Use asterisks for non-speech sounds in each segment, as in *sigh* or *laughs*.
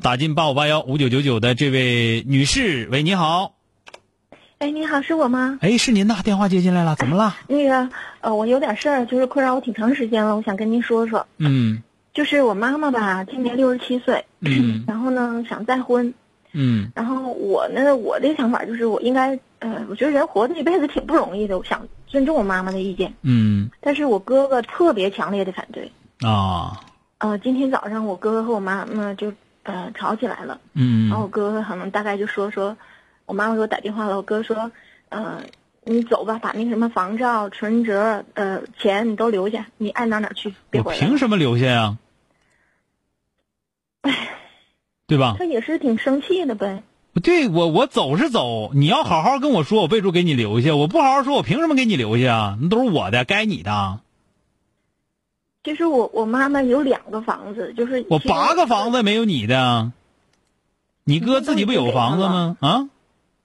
打进八五八幺五九九九的这位女士，喂，你好，哎，你好，是我吗？哎，是您呐，电话接进来了，怎么了？那个，呃，我有点事儿，就是困扰我挺长时间了，我想跟您说说。嗯就是我妈妈吧，今年六十七岁，嗯然后呢想再婚，嗯然后我呢，我的想法就是我应该，呃，我觉得人活这一辈子挺不容易的，我想尊重我妈妈的意见。嗯但是我哥哥特别强烈的反对。啊，呃，今天早上我哥哥和我妈妈就呃吵起来了，嗯然后我哥哥可能大概就说说，我妈妈给我打电话了，我哥说，呃，你走吧，把那什么房照、存折、呃钱你都留下，你爱哪哪去，别我回来。凭什么留下呀？对吧？他也是挺生气的呗，对我我走是走，你要好好跟我说，我备注给你留下；我不好好说，我凭什么给你留下啊？那都是我的，该你的。其实我我妈妈有两个房子，就是我其实八个房子也没有你的，你哥自己不有房子吗？啊，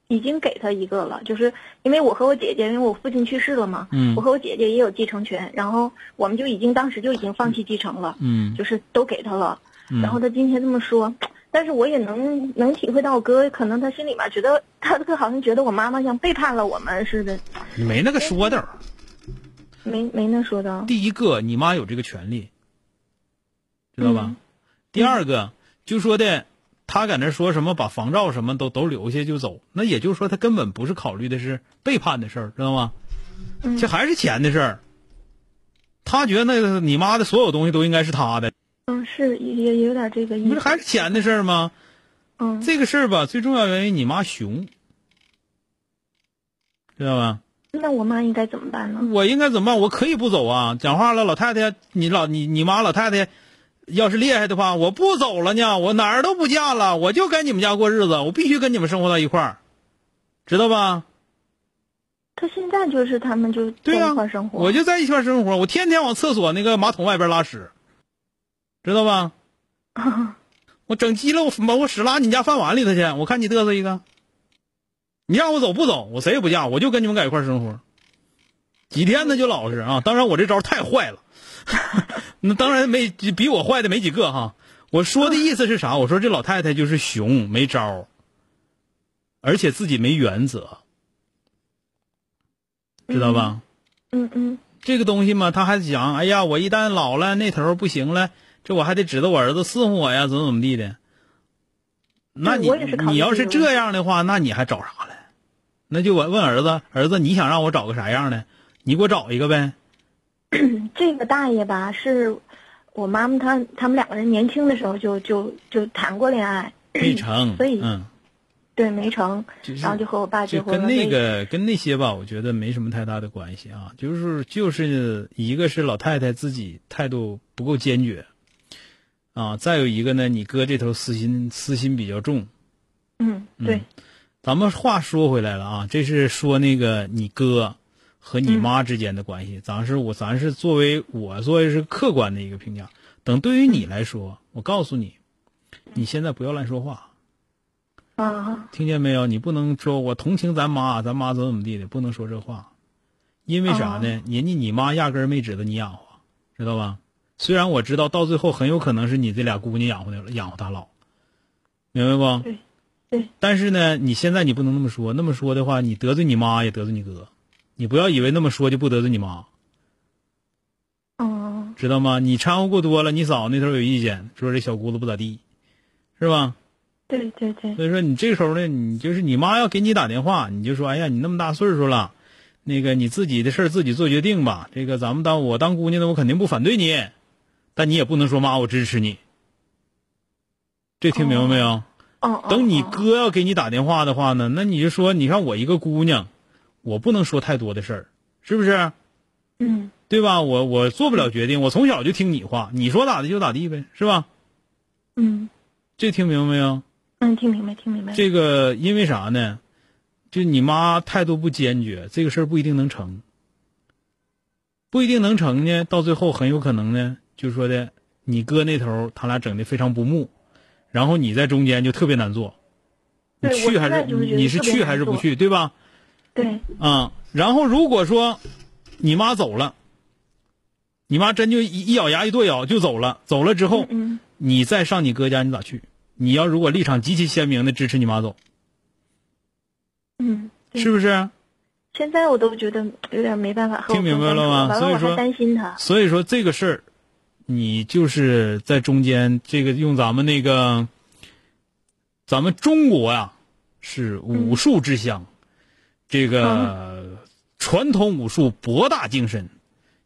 已经给他一个了，就是因为我和我姐姐，因为我父亲去世了嘛，嗯我和我姐姐也有继承权，然后我们就已经当时就已经放弃继承了，嗯就是都给他了。嗯然后他今天这么说，但是我也能能体会到我哥，可能他心里面觉得他他好像觉得我妈妈像背叛了我们似的，你没那个说道。没没那说的。第一个，你妈有这个权利，知道吧？嗯第二个，就说的他在那说什么把房照什么都都留下就走，那也就是说他根本不是考虑的是背叛的事儿，知道吗？嗯这还是钱的事儿。他觉得你妈的所有东西都应该是他的，嗯，是也也也有点这个意不思是。还是钱的事儿吗？嗯这个事儿吧，最重要源于你妈熊，知道吧？那我妈应该怎么办呢？我应该怎么办？我可以不走啊！讲话了，老太太，你老你你妈老太太，要是厉害的话，我不走了呢，我哪儿都不嫁了，我就跟你们家过日子，我必须跟你们生活到一块儿，知道吧？他现在就是他们就在对呀、一块儿生活，我就在一块儿生活，我天天往厕所那个马桶外边拉屎，知道吧？我整急了，我把我屎拉你家饭碗里头去，我看你嘚瑟一个。你让我走不走？我谁也不嫁，我就跟你们在一块儿生活，几天他就老实啊。当然我这招太坏了， *laughs* 那当然没比我坏的没几个哈。我说的意思是啥？我说这老太太就是熊，没招儿，而且自己没原则，知道吧？ *laughs* 嗯嗯这个东西嘛，他还想，哎呀，我一旦老了，那头儿不行了，这我还得指着我儿子伺候我呀，怎么怎么地的。那你我也是考虑你要是这个这问样的话，那你还找啥嘞？那就我问儿子，儿子，你想让我找个啥样的？你给我找一个呗。嗯，这个大爷吧，是我妈妈她他们两个人年轻的时候就就就谈过恋爱，没成，所以嗯，对没成，就是然后就和我爸结就婚跟了。那所以个跟那些吧，我觉得没什么太大的关系啊。就是就是一个是老太太自己态度不够坚决，啊，再有一个呢，你哥这头私心私心比较重。嗯对。咱们话说回来了啊，这是说那个你哥和你妈之间的关系，咱是我咱是作为我作为是客观的一个评价。等对于你来说，我告诉你，你现在不要乱说话，嗯啊，听见没有？你不能说我同情咱妈，咱妈怎么怎么地的，不能说这话，因为啥哦呢？人家你妈压根儿没指着你养活，知道吧？虽然我知道到最后很有可能是你这俩姑娘养活的养活她老，明白不？对，但是呢，你现在你不能那么说，那么说的话，你得罪你妈也得罪你哥，你不要以为那么说就不得罪你妈，嗯知道吗？你掺和过多了，你嫂那头有意见，说这小姑子不咋地，是吧？对对对，所以说你这时候呢，你就是你妈要给你打电话，你就说，哎呀，你那么大岁数了，那个你自己的事儿自己做决定吧。这个咱们当我当姑娘的，我肯定不反对你，但你也不能说妈我支持你，这听明白没有？哦，等你哦哥要给你打电话的话呢，那你就说，你看我一个姑娘，我不能说太多的事儿，是不是？嗯对吧？我我做不了决定，我从小就听你话，你说咋地就咋地呗，是吧？嗯这听明白没有？嗯，听明白，听明白。这个因为啥呢？就你妈态度不坚决，这个事儿不一定能成。不一定能成呢，到最后很有可能呢，就是说的你哥那头他俩整的非常不睦，然后你在中间就特别难做。你对我去还现在是就是觉得你是特别去难还是不做去，对吧？对，啊、然后如果说你妈走了，你妈真就一一咬牙一跺脚就走了，走了之后，嗯你再上你哥家，你咋去？你要如果立场极其鲜明的支持你妈走，嗯，对是不是？现在我都觉得有点没办法和我听明白了吗分所以开处完了我说还担心他。所以说这个事儿，你就是在中间这个用咱们那个，咱们中国呀、是武术之乡，这嗯个传统武术博大精深，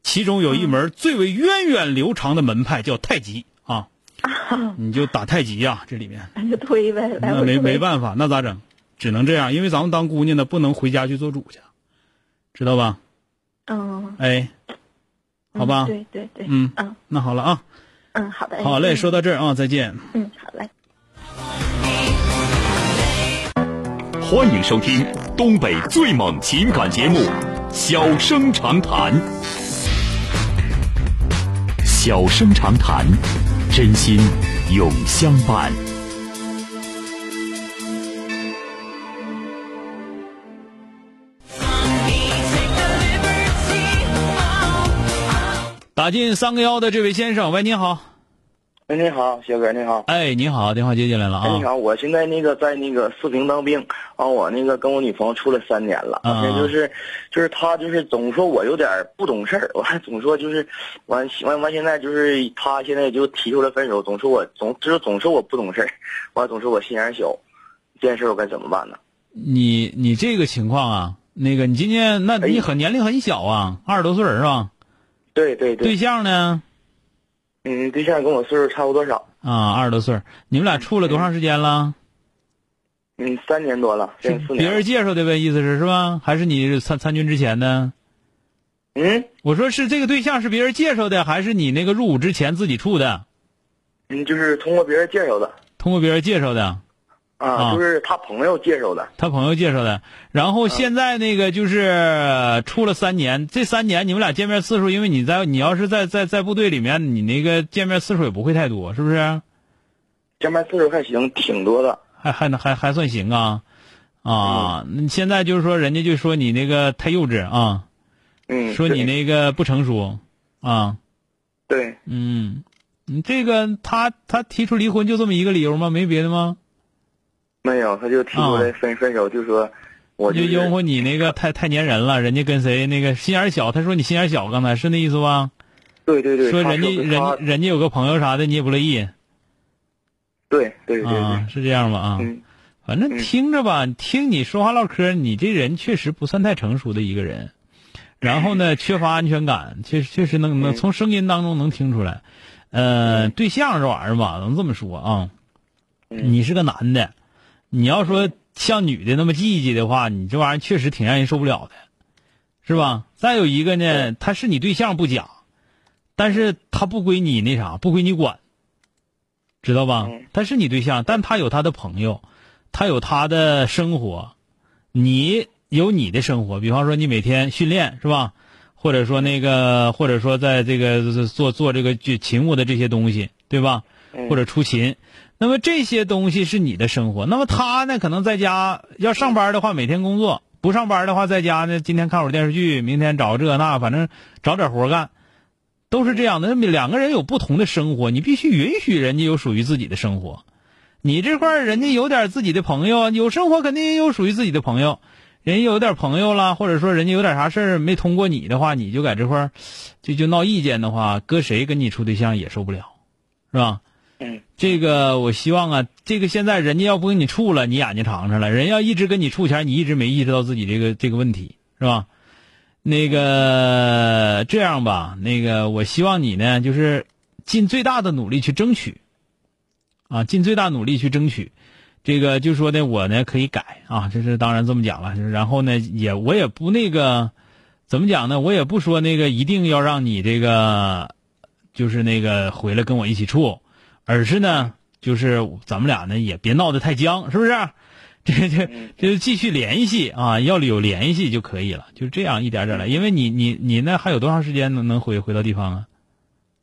其中有一门最为源远流长的门派叫太极 *laughs* 啊，你就打太极呀、这里面那哎就推呗，来那回嗯没推没办法，那咋整？只能这样，因为咱们当姑娘的不能回家去做主去，啊知道吧？嗯，哎，嗯好吧，对对对，嗯嗯那好了啊。嗯，好哎的，好嘞，嗯说到这儿啊，再见。嗯，好嘞。欢迎收听东北最猛情感节目《小生长谈》。小生长谈，真心永相伴。打进三个幺的这位先生，喂，你好，哎，你好，小哥，你好。哎，你好，电话接进来了哎，啊你，好，我现在那个在那个四平当兵，啊，我那个跟我女朋友处了三年了，啊而且就是，就是她就是总说我有点不懂事儿， *laughs* 我还总说就是，完完完现在就是她现在就提出了分手，总说我总就是总说我不懂事儿，完总说我心眼小，这件事我该怎么办呢？你你这个情况啊，那个你今年那哎你很年龄很小啊，二十多岁人是吧？对对对对，象呢嗯，对象跟我岁数差不多少，啊，二十多岁儿，你们俩处了多长时间了？嗯，三年多了，是现在四别年了人，介绍的呗，意思是是吧？还是你参参军之前呢？嗯我说是这个对象是别人介绍的，还是你那个入伍之前自己处的？嗯，就是通过别人介绍的，通过别人介绍的，啊啊，就是他朋友介绍的，他朋友介绍的。然后现在那个就是呃处了三年，这三年你们俩见面次数，因为你在你要是在在在部队里面，你那个见面次数也不会太多，是不是？见面次数还行，挺多的。还还能还还算行啊啊！那现在就是说，人家就说你那个太幼稚啊，嗯，说你对那个不成熟啊，对，嗯，你这个他他提出离婚就这么一个理由吗？没别的吗？没有，他就提出来分分手，就说我啊就就因是为你那个太太粘人了，人家跟谁那个心眼儿小，他说你心眼儿小，刚才是那意思吧？对对对，说他人家人他家人家有个朋友啥的，你也不乐意对对对啊对，，是这样吧啊？嗯反正嗯听着吧，听你说话唠嗑，你这人确实不算太成熟的一个人，然后 *laughs* 呢，缺乏安全感，确实确实能能嗯从声音当中能听出来。呃，对象这玩意儿吧，能这么说啊，嗯你是个男的，你要说像女的那么记记的话，你这玩意儿确实挺让人受不了的，是吧？再有一个呢，嗯他是你对象不假，但是他不归你那啥，不归你管，知道吧嗯？他是你对象，但他有他的朋友，他有他的生活，你有你的生活。比方说，你每天训练是吧？或者说那个，或者说在这个做做这个就勤务的这些东西，对吧？嗯或者出勤。那么这些东西是你的生活，那么他呢，可能在家要上班的话，每天工作；不上班的话，在家呢，今天看会儿电视剧，明天找这那，反正找点活干，都是这样的。那么两个人有不同的生活，你必须允许人家有属于自己的生活。你这块儿人家有点自己的朋友，有生活肯定也有属于自己的朋友。人家有点朋友啦，或者说人家有点啥事儿没通过你的话，你就在这块儿就就闹意见的话，搁谁跟你处对象也受不了，是吧？嗯这个我希望啊，这个现在人家要不跟你处了，你眼睛尝尝了；人要一直跟你处前，你一直没意识到自己这个这个问题，是吧？那个这样吧，那个我希望你呢，就是尽最大的努力去争取，啊，尽最大努力去争取。这个就说呢，我呢可以改啊，这是当然这么讲了。就是然后呢，也我也不那个，怎么讲呢？我也不说那个一定要让你这个，就是那个回来跟我一起处，而是呢，就是咱们俩呢也别闹得太僵，是不是？这这嗯这继续联系啊，要有联系就可以了，就这样一点点来。因为你你你那还有多长时间能能回回到地方啊？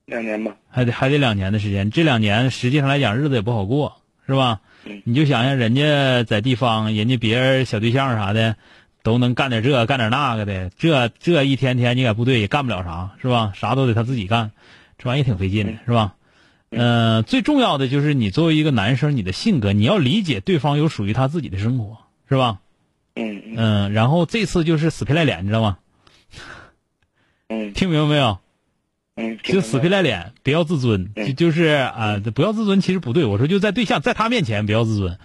两年吧。还得还得两年的时间，这两年实际上来讲日子也不好过，是吧嗯？你就想想人家在地方，人家别人小对象啥的，都能干点这干点那个的，这这一天天你在部队也干不了啥，是吧？啥都得他自己干，这玩意儿也挺费劲的，是吧？呃，最重要的就是你作为一个男生，你的性格你要理解对方有属于他自己的生活，是吧？嗯嗯嗯，然后这次就是死皮赖脸，你知道吗？嗯听明白没有？嗯，就死皮赖脸，别要自尊，嗯就就是啊、不要自尊其实不对。我说就在对象在他面前不要自尊，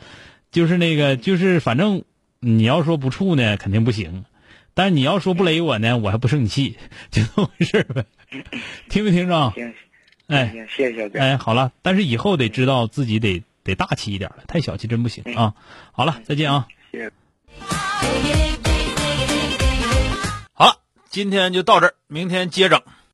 就是那个就是反正你要说不处呢肯定不行，但是你要说不勒我呢，我还不生你气， *laughs* 就这么回事儿呗。听没听着？行，哎行，嗯谢谢小哥。哎，好了，但是以后得知道自己得得大气一点了，太小气真不行啊。好了，再见啊。谢谢。好了，今天就到这儿，明天接着。